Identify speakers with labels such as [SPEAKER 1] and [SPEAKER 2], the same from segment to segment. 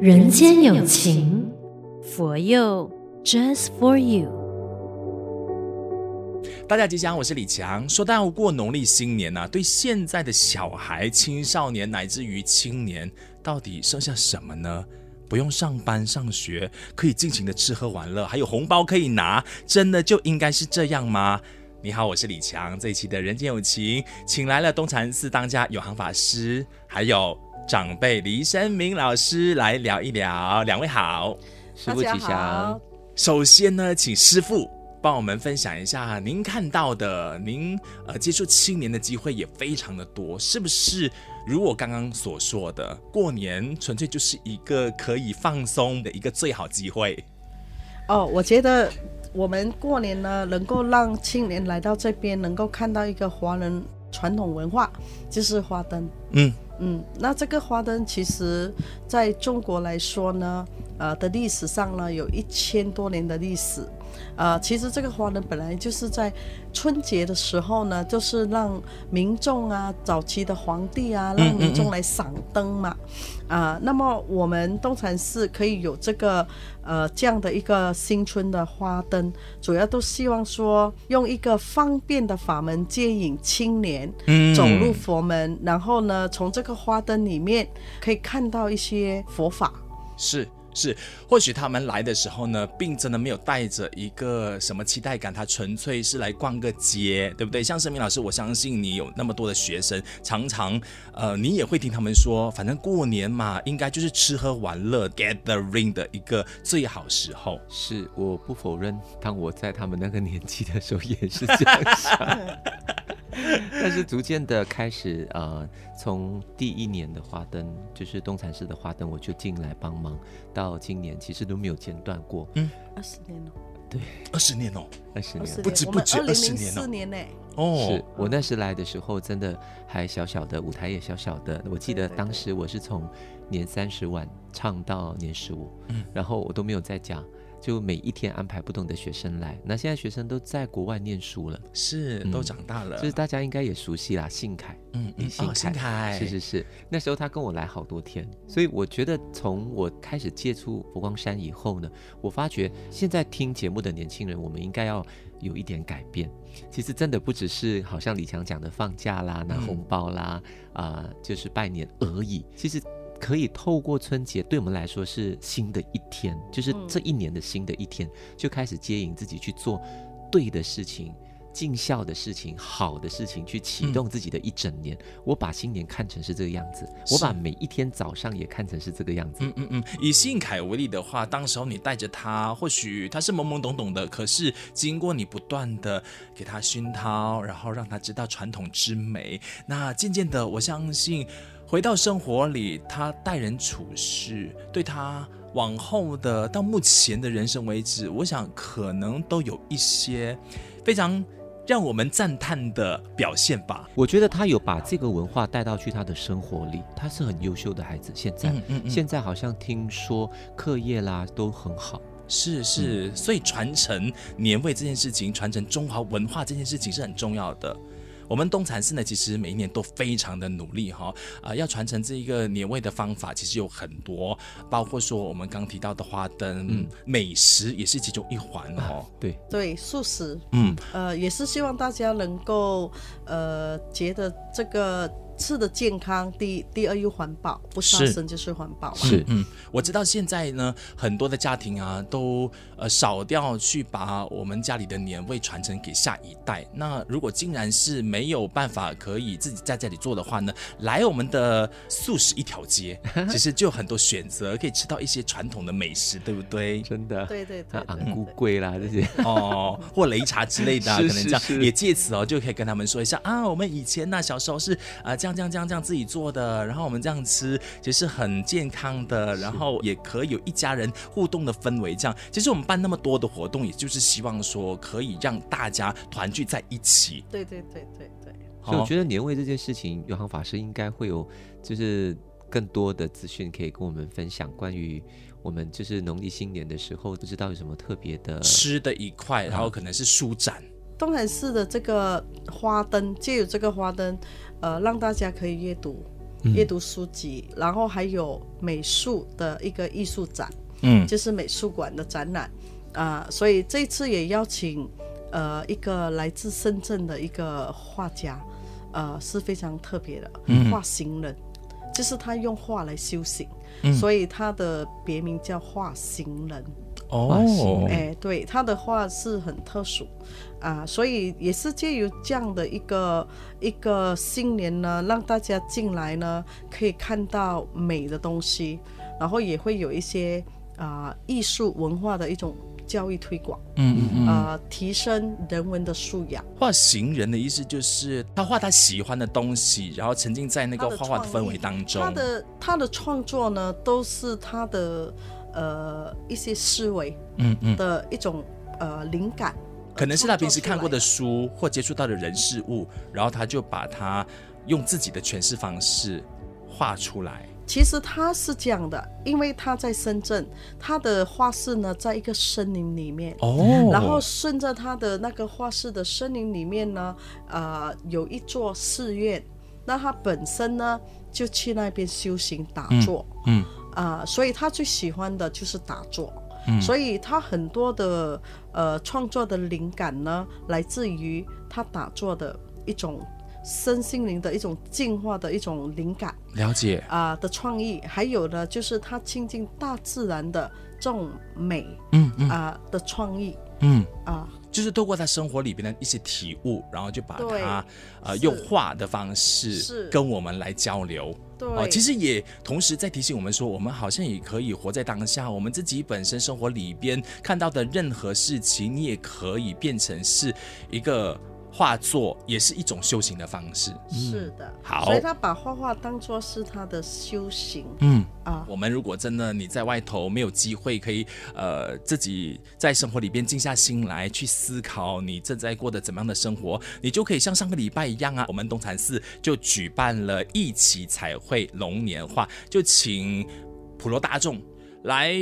[SPEAKER 1] 人间有情，佛佑，Just for you。
[SPEAKER 2] 大家吉祥，我是李强。说到过农历新年呢、对现在的小孩、青少年乃至于青年，到底剩下什么呢？不用上班上学，可以尽情的吃喝玩乐，还有红包可以拿，真的就应该是这样吗？你好，我是李强。这一期的《人间有情》，请来了东禅寺当家有行法师，还有长辈黎山明老师来聊一聊。两位好。
[SPEAKER 3] 师傅吉祥，，
[SPEAKER 2] 首先呢，请师傅帮我们分享一下您看到的，您呃接触青年的机会也非常的多，是不是？如我刚刚所说的，过年纯粹就是一个可以放松的一个最好机会。
[SPEAKER 4] 哦，我觉得我们过年呢，能够让青年来到这边，能够看到一个华人传统文化，就是花灯。
[SPEAKER 2] 嗯
[SPEAKER 4] 嗯，那这个花灯其实在中国来说呢，呃的历史上呢有一千多年的历史，呃，其实这个花灯本来就是在春节的时候呢，就是让民众啊，早期的皇帝啊，让民众来赏灯嘛，啊、那么我们东禅寺可以有这个呃这样的一个新春的花灯，主要都希望说用一个方便的法门接引青年，
[SPEAKER 2] 嗯
[SPEAKER 4] 走入佛门，然后呢，从这个花灯里面可以看到一些佛法。
[SPEAKER 2] 是是，或许他们来的时候呢，并真的没有带着一个什么期待感，他纯粹是来逛个街，对不对？像盛明老师，我相信你有那么多的学生，常常呃，你也会听他们说，反正过年嘛，应该就是吃喝玩乐 gathering 的一个最好时候。
[SPEAKER 3] 是我不否认，当我在他们那个年纪的时候也是这样想，但是逐渐的开始，呃，从第一年的花灯，就是东禅寺的花灯，我就进来帮忙，到今年其实都没有间断过，
[SPEAKER 4] 二十年了，
[SPEAKER 2] 二十年哦，
[SPEAKER 3] 二十
[SPEAKER 4] 二
[SPEAKER 3] 年
[SPEAKER 4] 十
[SPEAKER 3] 了。
[SPEAKER 4] 年，
[SPEAKER 2] 不知
[SPEAKER 4] 我
[SPEAKER 2] 不
[SPEAKER 4] 们
[SPEAKER 2] 觉
[SPEAKER 4] 二零
[SPEAKER 2] 20
[SPEAKER 4] 零
[SPEAKER 2] 年了
[SPEAKER 4] 四年呢、
[SPEAKER 3] 是
[SPEAKER 4] 嗯
[SPEAKER 2] 哦，
[SPEAKER 3] 我那时来的时候，真的还小小的，舞台也小小的。我记
[SPEAKER 4] 对
[SPEAKER 3] 得
[SPEAKER 4] 对
[SPEAKER 3] 当
[SPEAKER 4] 对
[SPEAKER 3] 时我是从年三十晚唱到年十五，
[SPEAKER 2] 嗯
[SPEAKER 3] 然后我都没有在家，就每一天安排不同的学生来。那现在学生都在国外念书了，
[SPEAKER 2] 是
[SPEAKER 3] 嗯
[SPEAKER 2] 都长大
[SPEAKER 4] 呃
[SPEAKER 2] 了，
[SPEAKER 3] 就是大家应该也熟悉啦，信凯。
[SPEAKER 2] 嗯
[SPEAKER 3] 李
[SPEAKER 2] 嗯哦，新
[SPEAKER 3] 信
[SPEAKER 2] 凯
[SPEAKER 3] 是是是，那时候他跟我来好多天，所以我觉得从我开始接触佛光山以后呢，我发觉现在听节目的年轻人，我们应该要有一点改变。其实真的不只是好像李强讲的放假啦、拿
[SPEAKER 2] 嗯
[SPEAKER 3] 红包啦、啊、就是拜年而已，其实。可以透过春节，对我们来说是新的一天，就是
[SPEAKER 4] 嗯
[SPEAKER 3] 这一年的新的一天，就开始接引自己去做对的事情、尽孝的事情、好的事情，去
[SPEAKER 2] 嗯
[SPEAKER 3] 启动自己的一整年。我把新年看成是这个样子，
[SPEAKER 2] 是
[SPEAKER 3] 我把每一天早上也看成是这个样子。
[SPEAKER 2] 嗯嗯嗯，以信凯为例的话，当时候你带着他，或许他是懵懵懂懂的，可是经过你不断的给他熏陶，然后让他知道传统之美，那渐渐的，我相信回到生活里，他待人处事，对他往后的到目前的人生为止，我想可能都有一些非常让我们赞叹的表现吧。
[SPEAKER 3] 我觉得他有把这个文化带到去他的生活里，他是很优秀的孩子。现在，
[SPEAKER 2] 嗯嗯嗯
[SPEAKER 3] 现在好像听说课业啦都很好。
[SPEAKER 2] 是是，所以传承年味这件事情，传承中华文化这件事情是很重要的。我们东禅寺呢，其实每一年都非常的努力哈、啊、要传承这一个年味的方法，其实有很多，包括说我们刚提到的花灯、
[SPEAKER 3] 嗯
[SPEAKER 2] 美食也是其中一环哦。
[SPEAKER 3] 对，
[SPEAKER 4] 对，素食，
[SPEAKER 2] 嗯，
[SPEAKER 4] 呃，也是希望大家能够呃觉得这个吃的健康，第第二又环保，不杀
[SPEAKER 2] 是
[SPEAKER 4] 生就是环保嘛。
[SPEAKER 3] 是
[SPEAKER 2] 嗯，我知道现在呢，很多的家庭啊，都呃少掉去把我们家里的年味传承给下一代。那如果竟然是没有办法可以自己在家里做的话呢，来我们的素食一条街，其实就有很多选择，可以吃到一些传统的美食，对不对？
[SPEAKER 3] 真的。啊
[SPEAKER 4] 对对
[SPEAKER 3] 那
[SPEAKER 4] 对对
[SPEAKER 3] 昂
[SPEAKER 4] 对
[SPEAKER 3] 咕贵啦这些，
[SPEAKER 2] 哦，或擂茶之类的啊、
[SPEAKER 3] 是
[SPEAKER 2] 可能这样
[SPEAKER 3] 是是
[SPEAKER 2] 也借此哦，就可以跟他们说一下啊，我们以前呢、小时候是啊、这样这样这样这样自己做的，然后我们这样吃，其实很健康的，然后也可以有一家人互动的氛围。这样，其实我们办那么多的活动，也就是希望说可以让大家团聚在一起。
[SPEAKER 4] 对对对对对。
[SPEAKER 3] 所以我
[SPEAKER 2] 哦
[SPEAKER 3] 觉得年味这件事情，永航法师应该会有就是更多的资讯可以跟我们分享，关于我们就是农历新年的时候，不知道有什么特别的
[SPEAKER 2] 吃的一块，然后可能是舒展，
[SPEAKER 4] 东海市的这个花灯，借由这个花灯，呃，让大家可以阅读，阅读书籍，然后还有美术的一个艺术展，
[SPEAKER 2] 嗯
[SPEAKER 4] 就是美术馆的展览啊、所以这次也邀请呃一个来自深圳的一个画家，呃是非常特别的，画行人，就是他用画来修行，所以他的别名叫画行人。
[SPEAKER 3] 哇行
[SPEAKER 2] 哦，
[SPEAKER 4] 哎，对，他的话是很特殊啊，所以也是借由这样的一个一个新年呢，让大家进来呢，可以看到美的东西，然后也会有一些啊艺术文化的一种教育推广，
[SPEAKER 2] 嗯嗯嗯，
[SPEAKER 4] 啊，提升人文的素养。
[SPEAKER 2] 画行人的意思就是他画他喜欢的东西，然后沉浸在那个
[SPEAKER 4] 他的
[SPEAKER 2] 画画的
[SPEAKER 4] 创
[SPEAKER 2] 氛
[SPEAKER 4] 意
[SPEAKER 2] 围当中。
[SPEAKER 4] 他的他的创作呢，都是他的呃一些思维
[SPEAKER 2] 嗯嗯，
[SPEAKER 4] 的一种呃灵感。
[SPEAKER 2] 可能是他平时看过的
[SPEAKER 4] 创作出来
[SPEAKER 2] 书或接触到的人事物，然后他就把它用自己的诠释方式画出来。
[SPEAKER 4] 其实他是这样的，因为他在深圳，他的画室呢在一个森林里面。
[SPEAKER 2] 哦
[SPEAKER 4] 然后顺着他的那个画室的森林里面呢，呃，有一座寺院，那他本身呢就去那边修行打坐，
[SPEAKER 2] 嗯
[SPEAKER 4] 啊、所以他最喜欢的就是打坐，
[SPEAKER 2] 嗯
[SPEAKER 4] 所以他很多的呃创作的灵感呢，来自于他打坐的一种身心灵的一种进化的一种灵感。
[SPEAKER 2] 了解，
[SPEAKER 4] 啊、的创意，还有呢，就是他亲近大自然的这种美
[SPEAKER 2] 嗯嗯
[SPEAKER 4] 啊、的创意
[SPEAKER 2] 嗯，
[SPEAKER 4] 啊、
[SPEAKER 2] 就是透过他生活里边的一些体悟，然后就把
[SPEAKER 4] 对
[SPEAKER 2] 它呃
[SPEAKER 4] 是
[SPEAKER 2] 用画的方式
[SPEAKER 4] 是
[SPEAKER 2] 跟我们来交流。
[SPEAKER 4] 对，
[SPEAKER 2] 哦，其实也同时在提醒我们说，我们好像也可以活在当下，我们自己本身生活里边看到的任何事情，你也可以变成是一个画作，也是一种修行的方式。
[SPEAKER 4] 是的，
[SPEAKER 2] 嗯好
[SPEAKER 4] 所以他把画画当做是他的修行
[SPEAKER 2] 嗯，
[SPEAKER 4] 啊、
[SPEAKER 2] 我们如果真的你在外头没有机会可以呃自己在生活里边静下心来去思考你正在过的怎么样的生活，你就可以像上个礼拜一样啊，我们东禅寺就举办了一起彩绘龙年画，就请普罗大众。来，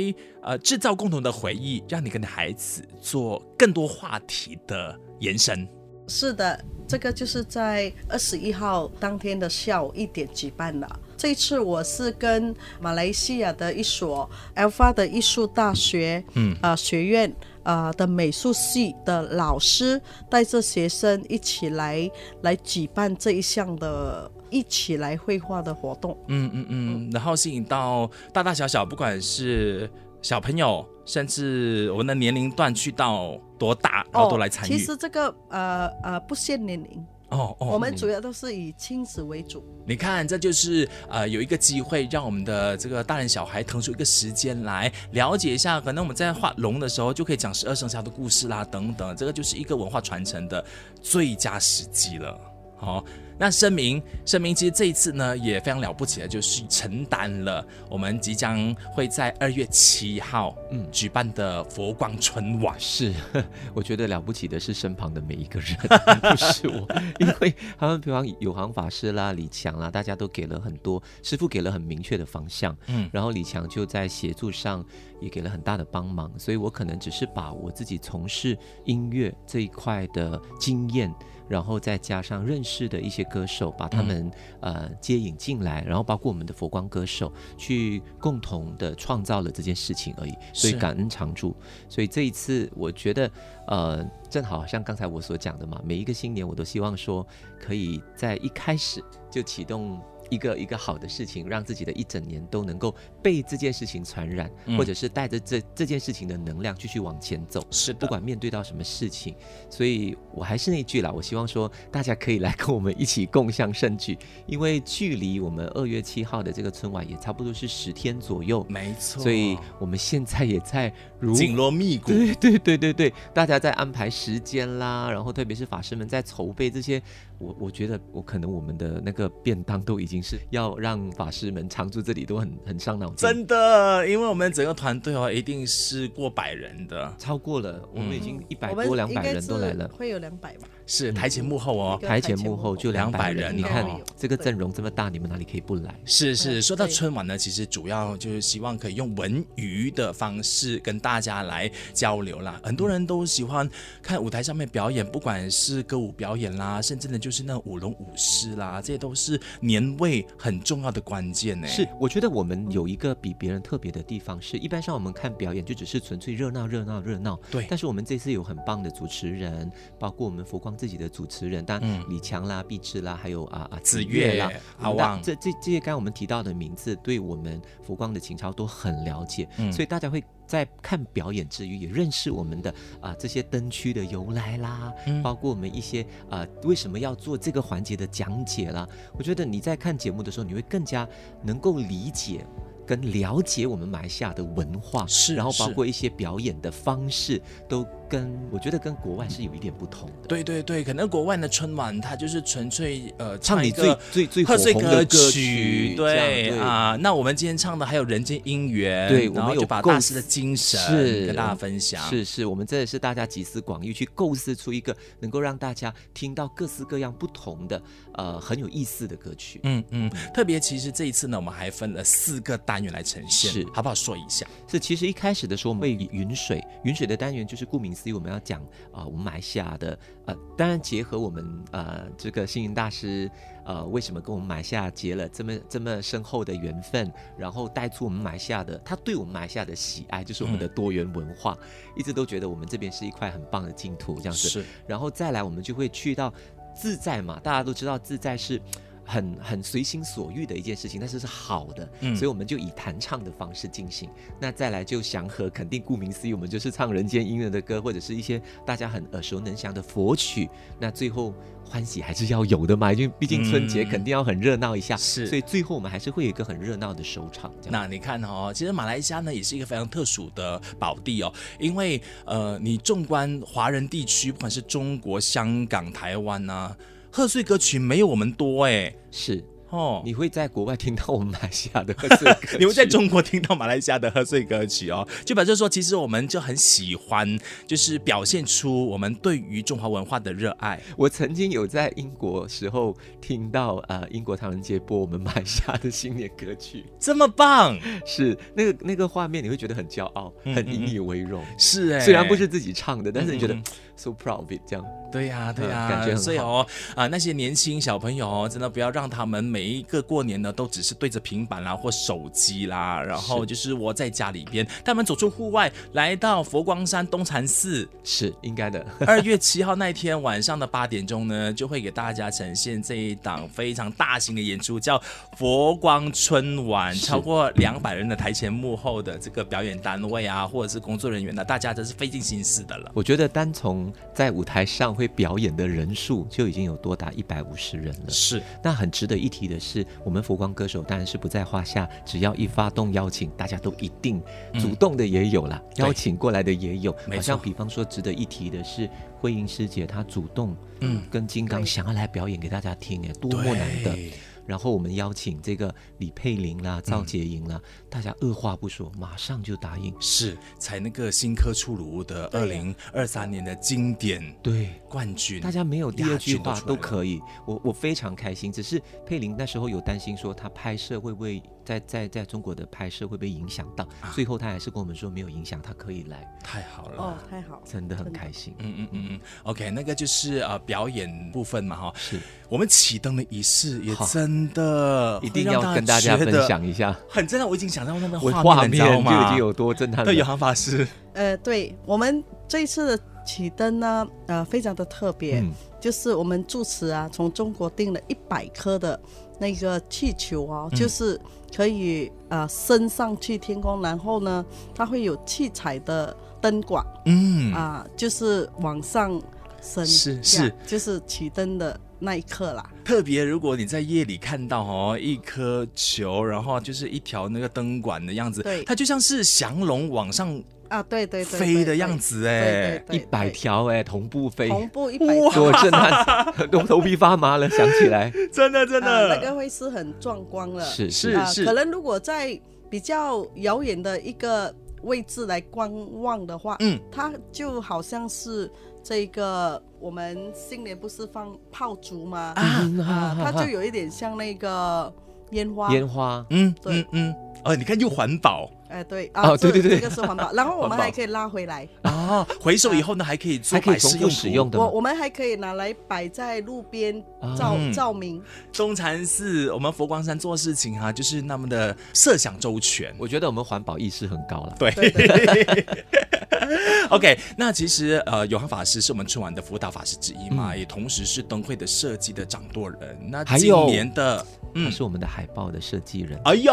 [SPEAKER 2] 呃，制造共同的回忆，让你跟你孩子做更多话题的延伸。
[SPEAKER 4] 是的，这个就是在二十一号当天的下午一点举办的。这一次我是跟马来西亚的一所 Alpha 的艺术大学，嗯，啊、学院。啊的美术系的老师带着学生一起来来举办这一项的一起来绘画的活动。
[SPEAKER 2] 嗯嗯嗯，然后吸引到大大小小，不管是小朋友，甚至我们的年龄段去到多大，然
[SPEAKER 3] 啊
[SPEAKER 2] 后都来参与。
[SPEAKER 4] 哦其实这个呃呃不限年龄，
[SPEAKER 2] 哦哦，
[SPEAKER 4] 我们主要都是以亲子为主。
[SPEAKER 2] 你看，这就是呃有一个机会，让我们的这个大人小孩腾出一个时间来了解一下。可能我们在画龙的时候，就可以讲十二生肖的故事啦，等等。这个就是一个文化传承的最佳时机了。好、那声明声明，其实这一次呢也非常了不起的，就是承担了我们即将会在二月七号嗯举办的佛光春晚。
[SPEAKER 3] 是， 我觉得了不起的是身旁的每一个人， 不是我， 因为他们比方有行法师啦、李强啦，大家都给了很多，师傅给了很明确的方向，
[SPEAKER 2] 嗯
[SPEAKER 3] 然后李强就在协助上也给了很大的帮忙，所以我可能只是把我自己从事音乐这一块的经验，然后再加上认识的一些歌手，把他们、呃接引进来，然后包括我们的佛光歌手，去共同的创造了这件事情而已，所以
[SPEAKER 2] 是
[SPEAKER 3] 感恩常驻。所以这一次，我觉得，呃，正好像刚才我所讲的嘛，每一个新年我都希望说，可以在一开始就启动一个一个好的事情，让自己的一整年都能够被这件事情传染，
[SPEAKER 2] 嗯
[SPEAKER 3] 或者是带着这这件事情的能量继续往前走。
[SPEAKER 2] 是的
[SPEAKER 3] 不管面对到什么事情，所以我还是那句啦，我希望说大家可以来跟我们一起共享盛举，因为距离我们二月七号的这个春晚也差不多是十天左右，
[SPEAKER 2] 没错。
[SPEAKER 3] 所以我们现在也 在如
[SPEAKER 2] 紧锣密鼓，
[SPEAKER 3] 对对对对对，大家在安排时间啦，然后特别是法师们在筹备这些，我我觉得我可能我们的那个便当都已经是要让法师们常驻这里都很很伤脑筋，
[SPEAKER 2] 真的，因为我们整个团队哦，一定是过百人的。
[SPEAKER 3] 超过了，我们已经一百
[SPEAKER 4] 我们
[SPEAKER 2] 嗯
[SPEAKER 3] 多两
[SPEAKER 4] 应
[SPEAKER 3] 百
[SPEAKER 4] 该
[SPEAKER 3] 人都来了
[SPEAKER 4] 是，会有两百吧？
[SPEAKER 2] 是台前幕后哦。
[SPEAKER 4] 对
[SPEAKER 3] 台前幕后就
[SPEAKER 2] 两
[SPEAKER 3] 百
[SPEAKER 2] 百人
[SPEAKER 3] 你看
[SPEAKER 2] 哦
[SPEAKER 3] 这个阵容这么大，你们哪里可以不来？
[SPEAKER 2] 是是，
[SPEAKER 4] 嗯
[SPEAKER 2] 说到
[SPEAKER 4] 对
[SPEAKER 2] 春晚呢，其实主要就是希望可以用文娱的方式跟大家来交流
[SPEAKER 3] 嗯
[SPEAKER 2] 啦。很多人都喜欢看舞台上面表演，不管是歌舞表演啦，甚至呢就是那舞龙舞狮啦，这些都是年味很重要的关键呢。
[SPEAKER 3] 是，我觉得我们有一个比别人特别的地方是，一般上我们看表演就只是纯粹热闹、热闹、热闹。
[SPEAKER 2] 对
[SPEAKER 3] 但是我们这次有很棒的主持人，包括我们佛光自己的主持人，当
[SPEAKER 2] 嗯
[SPEAKER 3] 然李强啦、毕志啦，还有啊啊
[SPEAKER 2] 子
[SPEAKER 3] 月啦
[SPEAKER 2] 越、
[SPEAKER 3] 我
[SPEAKER 2] 阿
[SPEAKER 3] 们大
[SPEAKER 2] 旺
[SPEAKER 3] 这这这些刚刚我们提到的名字，对我们佛光的情操都很了解，
[SPEAKER 2] 嗯
[SPEAKER 3] 所以大家会。在看表演之余，也认识我们的啊、这些灯区的由来啦，
[SPEAKER 2] 嗯
[SPEAKER 3] 包括我们一些啊、为什么要做这个环节的讲解啦，我觉得你在看节目的时候，你会更加能够理解跟了解我们马来西亚的文化，
[SPEAKER 2] 是
[SPEAKER 3] 然后包
[SPEAKER 2] 是
[SPEAKER 3] 括一些表演的方式，都跟我觉得跟国外是有一点不同的。
[SPEAKER 2] 对对对，可能国外的春晚它就是纯粹呃
[SPEAKER 3] 唱你
[SPEAKER 2] 一
[SPEAKER 3] 最
[SPEAKER 2] 个
[SPEAKER 3] 最最火
[SPEAKER 2] 贺岁
[SPEAKER 3] 红的歌
[SPEAKER 2] 曲，
[SPEAKER 3] 这样
[SPEAKER 2] 对啊。那我们今天唱的还有《人间姻缘》，
[SPEAKER 3] 对我
[SPEAKER 2] 然后
[SPEAKER 3] 们有
[SPEAKER 2] 就把
[SPEAKER 3] 构
[SPEAKER 2] 大
[SPEAKER 3] 思
[SPEAKER 2] 师的精神
[SPEAKER 3] 是
[SPEAKER 2] 跟大
[SPEAKER 3] 我
[SPEAKER 2] 家
[SPEAKER 3] 们
[SPEAKER 2] 分享。
[SPEAKER 3] 是是，我们真的是大家集思广益，去构思出一个能够让大家听到各式各样不同的呃很有意思的歌曲。
[SPEAKER 2] 嗯嗯，特别其实这一次呢，我们还分了四个单元来呈现，
[SPEAKER 3] 是
[SPEAKER 2] 好不好？说一下，
[SPEAKER 3] 是，其实一开始的时候，我们会以云水，云水的单元就是顾名思义，我们要讲啊、呃我们马来西亚的呃，当然结合我们呃这个星云大师呃为什么跟我们马来西亚结了这么这么深厚的缘分，然后带出我们马来西亚的他对我们马来西亚的喜爱，就是我们的多元文化，一直都觉得我们这边是一块很棒的净土这样子。然后再来，我们就会去到自在嘛，大家都知道自在是。很很随心所欲的一件事情，但是是好的，
[SPEAKER 2] 嗯
[SPEAKER 3] 所以我们就以弹唱的方式进行。那再来就祥和，肯定顾名思义，我们就是唱人间音乐的歌，或者是一些大家很耳熟能详的佛曲。那最后欢喜还是要有的嘛，因为毕竟春节
[SPEAKER 2] 嗯
[SPEAKER 3] 肯定要很热闹一下，
[SPEAKER 2] 是
[SPEAKER 3] 所以最后我们还是会有一个很热闹的收场。这样
[SPEAKER 2] 那你看哦，其实马来西亚呢也是一个非常特殊的宝地哦，因为呃，你纵观华人地区，不管是中国、香港、台湾呐、贺岁歌曲没有我们多哎
[SPEAKER 3] 是
[SPEAKER 2] 哦。
[SPEAKER 3] 你会在国外听到我们马来西亚的贺岁歌
[SPEAKER 2] 你会在
[SPEAKER 3] 曲
[SPEAKER 2] 中国听到马来西亚的贺岁歌曲哦，就表示说，其实我们就很喜欢，就是表现出我们对于中华文化的热爱。
[SPEAKER 3] 我曾经有在英国时候听到，呃，英国唐人街播我们 马来西亚的新年歌曲，
[SPEAKER 2] 这么棒，
[SPEAKER 3] 是那个那个画面，你会觉得很骄傲，
[SPEAKER 2] 嗯
[SPEAKER 3] 很
[SPEAKER 2] 嗯
[SPEAKER 3] 引以为荣。
[SPEAKER 2] 是哎，
[SPEAKER 3] 虽然不是自己唱的，但是你觉得
[SPEAKER 2] 嗯嗯
[SPEAKER 3] so proud of it 这样。
[SPEAKER 2] 对呀、对呀、
[SPEAKER 3] 嗯感觉很
[SPEAKER 2] 所以
[SPEAKER 3] 好
[SPEAKER 2] 哦啊、那些年轻小朋友哦，真的不要让他们每一个过年呢都只是对着平板啦或手机啦，然后
[SPEAKER 3] 是
[SPEAKER 2] 就是窝在家里边。他们走出户外，来到佛光山东禅寺，
[SPEAKER 3] 是应该的，
[SPEAKER 2] 二月七号那一天晚上的八点钟呢，就会给大家呈现这一档非常大型的演出，叫《佛光春晚》，
[SPEAKER 3] 是
[SPEAKER 2] 超过两百人的台前幕后的这个表演单位啊，或者是工作人员呢、大家真是费尽心思的了。
[SPEAKER 3] 我觉得单从在舞台上会表演的人数就已经有多达一百五十人了。
[SPEAKER 2] 是，
[SPEAKER 3] 那很值得一提的是，我们佛光歌手当然是不在话下，只要一发动邀请，大家都一定主动的也有啦，
[SPEAKER 2] 嗯对
[SPEAKER 3] 邀请过来的也有。
[SPEAKER 2] 没错
[SPEAKER 3] 好像比方说，值得一提的是，慧英师姐她主动
[SPEAKER 2] 嗯
[SPEAKER 3] 跟金刚
[SPEAKER 4] 对
[SPEAKER 3] 想要来表演给大家听，哎，多么难得。
[SPEAKER 2] 对
[SPEAKER 3] 然后我们邀请这个李佩玲
[SPEAKER 2] 嗯
[SPEAKER 3] 啦、赵洁莹啦，大家二话不说，马上就答应。
[SPEAKER 2] 是才那个新科出炉的二
[SPEAKER 4] 对呀
[SPEAKER 2] 零二三年的经典
[SPEAKER 3] 对，
[SPEAKER 2] 冠军，
[SPEAKER 3] 大家没有第
[SPEAKER 2] 亚
[SPEAKER 3] 二句
[SPEAKER 2] 军
[SPEAKER 3] 话
[SPEAKER 2] 出来
[SPEAKER 3] 都
[SPEAKER 2] 了
[SPEAKER 3] 可以，我我非常开心。只是佩玲那时候有担心说她拍摄会不会在在在中国的拍摄会不会影响到，
[SPEAKER 2] 啊
[SPEAKER 3] 最后她还是跟我们说没有影响，她可以来，
[SPEAKER 2] 太好了。
[SPEAKER 4] 哦，太好了，
[SPEAKER 3] 真的很开心。
[SPEAKER 2] 嗯嗯嗯嗯，OK，那个就是呃表演部分嘛哈，
[SPEAKER 3] 是，
[SPEAKER 2] 我们启灯的仪式也
[SPEAKER 3] 好
[SPEAKER 2] 真的
[SPEAKER 3] 一定
[SPEAKER 2] 会让
[SPEAKER 3] 要跟大家
[SPEAKER 2] 觉
[SPEAKER 3] 分
[SPEAKER 2] 得
[SPEAKER 3] 享一下，
[SPEAKER 2] 很真的，我已经想到那个
[SPEAKER 3] 我
[SPEAKER 2] 画面了，你知道
[SPEAKER 3] 就已
[SPEAKER 2] 吗
[SPEAKER 3] 经有多震撼
[SPEAKER 2] 对，有
[SPEAKER 3] 了。
[SPEAKER 2] 航法师，
[SPEAKER 4] 呃，对我们这一次的启灯呢，呃，非常的特别，
[SPEAKER 3] 嗯
[SPEAKER 4] 就是我们住持啊，从中国订了一百颗的那个气球哦，
[SPEAKER 2] 嗯
[SPEAKER 4] 就是可以呃升上去天空，然后呢，它会有七彩的灯管
[SPEAKER 2] 嗯，
[SPEAKER 4] 啊、就是往上升，
[SPEAKER 2] 是
[SPEAKER 4] 这样
[SPEAKER 2] 是，
[SPEAKER 4] 就是启灯的那一刻啦。
[SPEAKER 2] 特别如果你在夜里看到哦一颗球，然后就是一条那个灯管的样子，
[SPEAKER 4] 对
[SPEAKER 2] 它就像是降龙往上
[SPEAKER 4] 啊，对对对，
[SPEAKER 2] 飞的样子哎、
[SPEAKER 4] 对，对
[SPEAKER 3] 一百，条哎，同步飞
[SPEAKER 4] 对对，同步一百啊
[SPEAKER 2] 哇
[SPEAKER 4] 条。
[SPEAKER 3] 多震撼，都头皮发麻了，想起 来。
[SPEAKER 2] 真的真
[SPEAKER 4] 啊
[SPEAKER 2] 的，
[SPEAKER 4] 那个会是很壮观了。
[SPEAKER 3] 是
[SPEAKER 2] 是
[SPEAKER 4] 啊，可能如果在比较遥远的一个位置来观望的话，
[SPEAKER 2] 嗯，
[SPEAKER 4] 它就好像是这个我们新年不是放炮竹吗？
[SPEAKER 3] 嗯
[SPEAKER 4] 啊，它就
[SPEAKER 3] 有
[SPEAKER 4] 有一点像那个烟花，
[SPEAKER 3] 烟花，
[SPEAKER 2] 嗯
[SPEAKER 4] 对
[SPEAKER 2] 嗯嗯，哦，你看又环 保
[SPEAKER 4] 哎，对啊，
[SPEAKER 3] 哦
[SPEAKER 4] 这
[SPEAKER 3] 对对对
[SPEAKER 4] 这个是环 保。然后我
[SPEAKER 2] 环
[SPEAKER 4] 们
[SPEAKER 2] 保
[SPEAKER 4] 还可以拉回来，
[SPEAKER 2] 啊，回收以后呢还可以做
[SPEAKER 3] 还可
[SPEAKER 2] 百
[SPEAKER 3] 以重
[SPEAKER 2] 事
[SPEAKER 3] 复
[SPEAKER 2] 用
[SPEAKER 3] 使
[SPEAKER 2] 途
[SPEAKER 3] 用的吗
[SPEAKER 4] 我我们还可以拿来摆在路边
[SPEAKER 3] 啊
[SPEAKER 4] 照
[SPEAKER 2] 嗯
[SPEAKER 4] 照明。
[SPEAKER 2] 东禅寺，我们佛光山做事情哈、就是那么的设想周全。
[SPEAKER 3] 我觉得我们环保意识很高了。
[SPEAKER 2] 对
[SPEAKER 4] 对对
[SPEAKER 2] OK，那其实呃，永航法师是我们春晚的辅导法师之一嘛，也同时是灯会的设计的掌舵人。那
[SPEAKER 3] 嗯还
[SPEAKER 2] 今
[SPEAKER 3] 有
[SPEAKER 2] 年的，
[SPEAKER 3] 他
[SPEAKER 2] 嗯，
[SPEAKER 3] 是我们的海报的设计人。
[SPEAKER 2] 哎呦，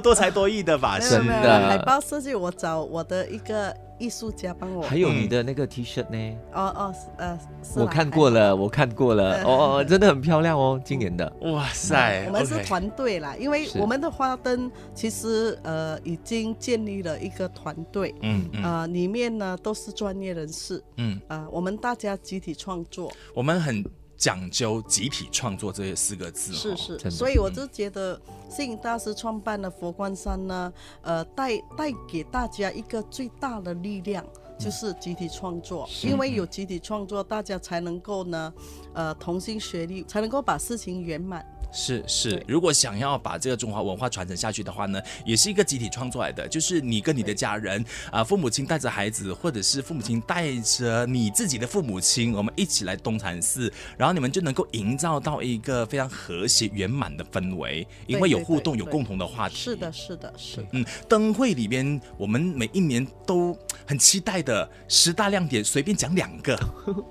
[SPEAKER 2] 多才多艺的法
[SPEAKER 4] 没
[SPEAKER 2] 师
[SPEAKER 4] 有没有，没有
[SPEAKER 3] 啊真的
[SPEAKER 4] 海报设计我找我的一个艺术家帮我。
[SPEAKER 3] 还有
[SPEAKER 2] 嗯
[SPEAKER 3] 你的那个 T 恤呢？
[SPEAKER 4] 哦哦是呃，是
[SPEAKER 3] 我
[SPEAKER 4] 啦
[SPEAKER 3] 看过。了，我看过了，
[SPEAKER 4] 嗯
[SPEAKER 3] 哦哦，真的很漂亮哦，今年的。
[SPEAKER 2] 哇
[SPEAKER 4] 哎
[SPEAKER 2] 塞，
[SPEAKER 4] 我们是
[SPEAKER 2] OK
[SPEAKER 4] 团队啦，因为
[SPEAKER 3] 是
[SPEAKER 4] 我们的花灯其实呃已经建立了一个团队，
[SPEAKER 2] 嗯嗯
[SPEAKER 4] 呃里面呢都是专业人士，
[SPEAKER 2] 嗯，
[SPEAKER 4] 呃我们大家集体创作，
[SPEAKER 2] 我们很讲究集体创作这四个字、哦，
[SPEAKER 4] 是
[SPEAKER 3] 真的
[SPEAKER 4] 是，所以我就觉得摄影大师创办的佛光山呢，呃，带带给大家一个最大的力量。就是集体创作，因为有集体创作，大家才能够呢，呃，同心协力，才能够把事情圆满。
[SPEAKER 2] 是是
[SPEAKER 4] 对，
[SPEAKER 2] 如果想要把这个中华文化传承下去的话呢，也是一个集体创作来的，就是你跟你的家人啊、父母亲带着孩子，或者是父母亲带着你自己的父母亲，我们一起来东禅寺，然后你们就能够营造到一个非常和谐圆满的氛围，因为有互动，
[SPEAKER 4] 对
[SPEAKER 2] 有
[SPEAKER 4] 对
[SPEAKER 2] 共同的话题。
[SPEAKER 4] 是的，，是的，是的。
[SPEAKER 2] 嗯，灯会里边我们每一年都很期待的十大亮点，随便讲两个，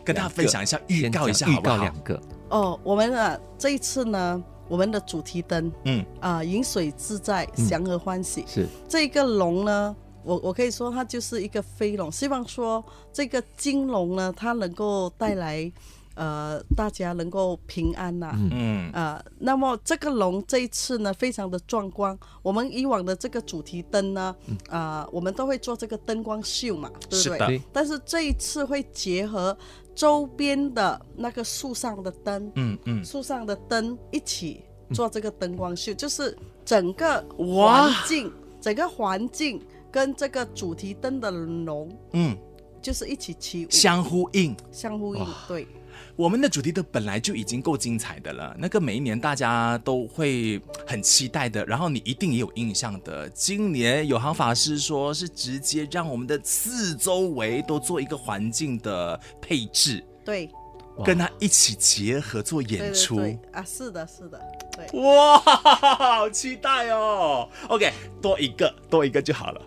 [SPEAKER 2] 跟大家分享一下，预
[SPEAKER 3] 先
[SPEAKER 2] 告一下
[SPEAKER 3] 讲
[SPEAKER 2] 好
[SPEAKER 3] 预
[SPEAKER 2] 不
[SPEAKER 3] 告
[SPEAKER 2] 好？
[SPEAKER 3] 两个，
[SPEAKER 4] 哦，我们啊，这一次呢，我们的主题灯
[SPEAKER 2] 嗯，
[SPEAKER 4] 啊，饮水自在，祥和欢喜。
[SPEAKER 3] 是
[SPEAKER 4] 这个龙呢，我我可以说它就是一个飞龙，希望说这个金龙呢，它能够带来呃大家能够平安呐、
[SPEAKER 3] 嗯
[SPEAKER 2] 嗯
[SPEAKER 4] 啊、那么这个龙这一次呢，非常的壮观。我们以往的这个主题灯呢，啊、我们都会做这个灯光秀嘛，对
[SPEAKER 2] 嗯是
[SPEAKER 4] 不对？
[SPEAKER 2] 的
[SPEAKER 3] 对
[SPEAKER 4] 但是这一次会结合周边的那个树上的灯，
[SPEAKER 2] 嗯嗯，
[SPEAKER 4] 树上的灯一起做这个灯光秀，就是整个
[SPEAKER 2] 哇
[SPEAKER 4] 环境，整个环境跟这个主题灯的龙
[SPEAKER 2] 嗯，
[SPEAKER 4] 就是一起起舞，
[SPEAKER 2] 相呼应。
[SPEAKER 4] 相呼应。对，
[SPEAKER 2] 我们的主题的本来就已经够精彩的了，那个每一年大家都会很期待的，然后你一定也有印象的。今年有行法师说是直接让我们的四周围都做一个环境的配置，
[SPEAKER 4] 对，
[SPEAKER 3] 哇
[SPEAKER 2] 跟它一起结合做
[SPEAKER 4] 对
[SPEAKER 2] 演
[SPEAKER 4] 对
[SPEAKER 2] 出。
[SPEAKER 4] 对，啊，是的，是的，对。
[SPEAKER 2] 哇，好期待哦！OK，多一个，多一个就好了。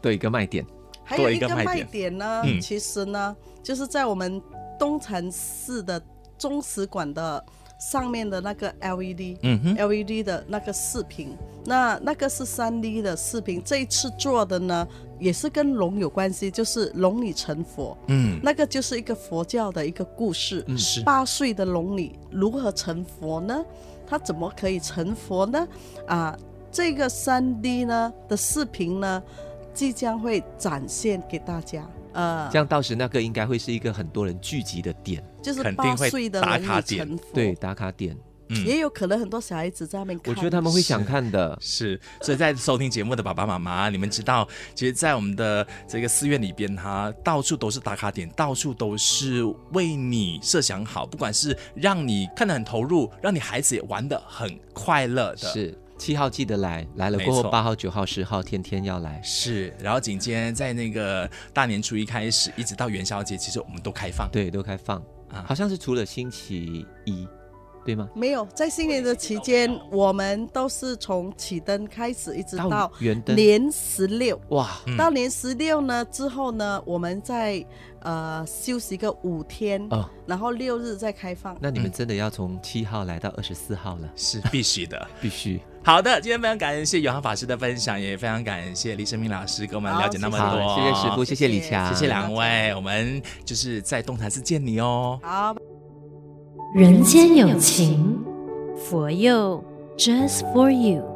[SPEAKER 3] 对一个卖点，
[SPEAKER 4] 还有一
[SPEAKER 2] 多
[SPEAKER 4] 个
[SPEAKER 2] 一个卖
[SPEAKER 4] 卖
[SPEAKER 2] 点
[SPEAKER 4] 点呢，
[SPEAKER 2] 嗯
[SPEAKER 4] 其实呢，就是在我们东禅寺的宗祠馆的上面的那个 LED，
[SPEAKER 2] 嗯哼
[SPEAKER 4] l e d 的那个视频，那那个是三 D 的视频。这一次做的呢，也是跟龙有关系，就是龙女成佛，
[SPEAKER 2] 嗯，
[SPEAKER 4] 那个就是一个佛教的一个故事。
[SPEAKER 2] 是
[SPEAKER 4] 八岁的龙女如何成佛呢？她怎么可以成佛呢？啊，这个三 D 呢的视频呢，即将会展现给大家。呃
[SPEAKER 3] 这，样到时那个应该会是一个很多人聚集的点，
[SPEAKER 4] 就是
[SPEAKER 2] 肯定
[SPEAKER 4] 八
[SPEAKER 2] 会
[SPEAKER 4] 岁的
[SPEAKER 2] 打
[SPEAKER 4] 龙
[SPEAKER 2] 卡
[SPEAKER 4] 女
[SPEAKER 2] 点
[SPEAKER 4] 成佛，
[SPEAKER 3] 对，打卡点，
[SPEAKER 2] 嗯
[SPEAKER 4] 也有可能很多小孩子在那边看。
[SPEAKER 3] 我觉得他们会想看的。
[SPEAKER 2] 是，所以在收听节目的爸爸妈妈，你们知道，其实，在我们的这个寺院里边，哈，到处都是打卡点，到处都是为你设想好，不管是让你看得很投入，让你孩子也玩得很快乐的。
[SPEAKER 3] 是七号记得来，来了
[SPEAKER 2] 没
[SPEAKER 3] 过后
[SPEAKER 2] 错
[SPEAKER 3] 八号、九号、十号天天要来。
[SPEAKER 2] 是，然后紧接着在那个大年初一开始，一直到元宵节，其实我们都开放。
[SPEAKER 3] 对，都开放
[SPEAKER 2] 啊
[SPEAKER 3] 好像是除了星期一，对吗？
[SPEAKER 4] 没有，在新年的期间，我们都是从起灯开始，一直到
[SPEAKER 3] 元灯，
[SPEAKER 4] 年十六。
[SPEAKER 3] 哇，
[SPEAKER 2] 嗯
[SPEAKER 4] 到年十六呢之后呢，我们再呃休息个五天，
[SPEAKER 3] 哦，
[SPEAKER 4] 然后六日再开放。
[SPEAKER 3] 那你
[SPEAKER 2] 嗯
[SPEAKER 3] 们真的要从七号来到二十四号了，
[SPEAKER 2] 是必须的。
[SPEAKER 3] 必须。
[SPEAKER 2] 好的，今天非常感谢永航法师的分享，也非常感谢黎生明老师跟我们
[SPEAKER 4] 好
[SPEAKER 2] 了解那么
[SPEAKER 4] 谢
[SPEAKER 2] 多。
[SPEAKER 3] 好，谢谢师傅，谢谢
[SPEAKER 4] 谢
[SPEAKER 3] 李
[SPEAKER 4] 谢
[SPEAKER 3] 强，
[SPEAKER 2] 谢谢两
[SPEAKER 4] 大
[SPEAKER 2] 位，我们就是在东禅寺见你哦。
[SPEAKER 4] 好，
[SPEAKER 1] 人间有情，佛佑 Just for you。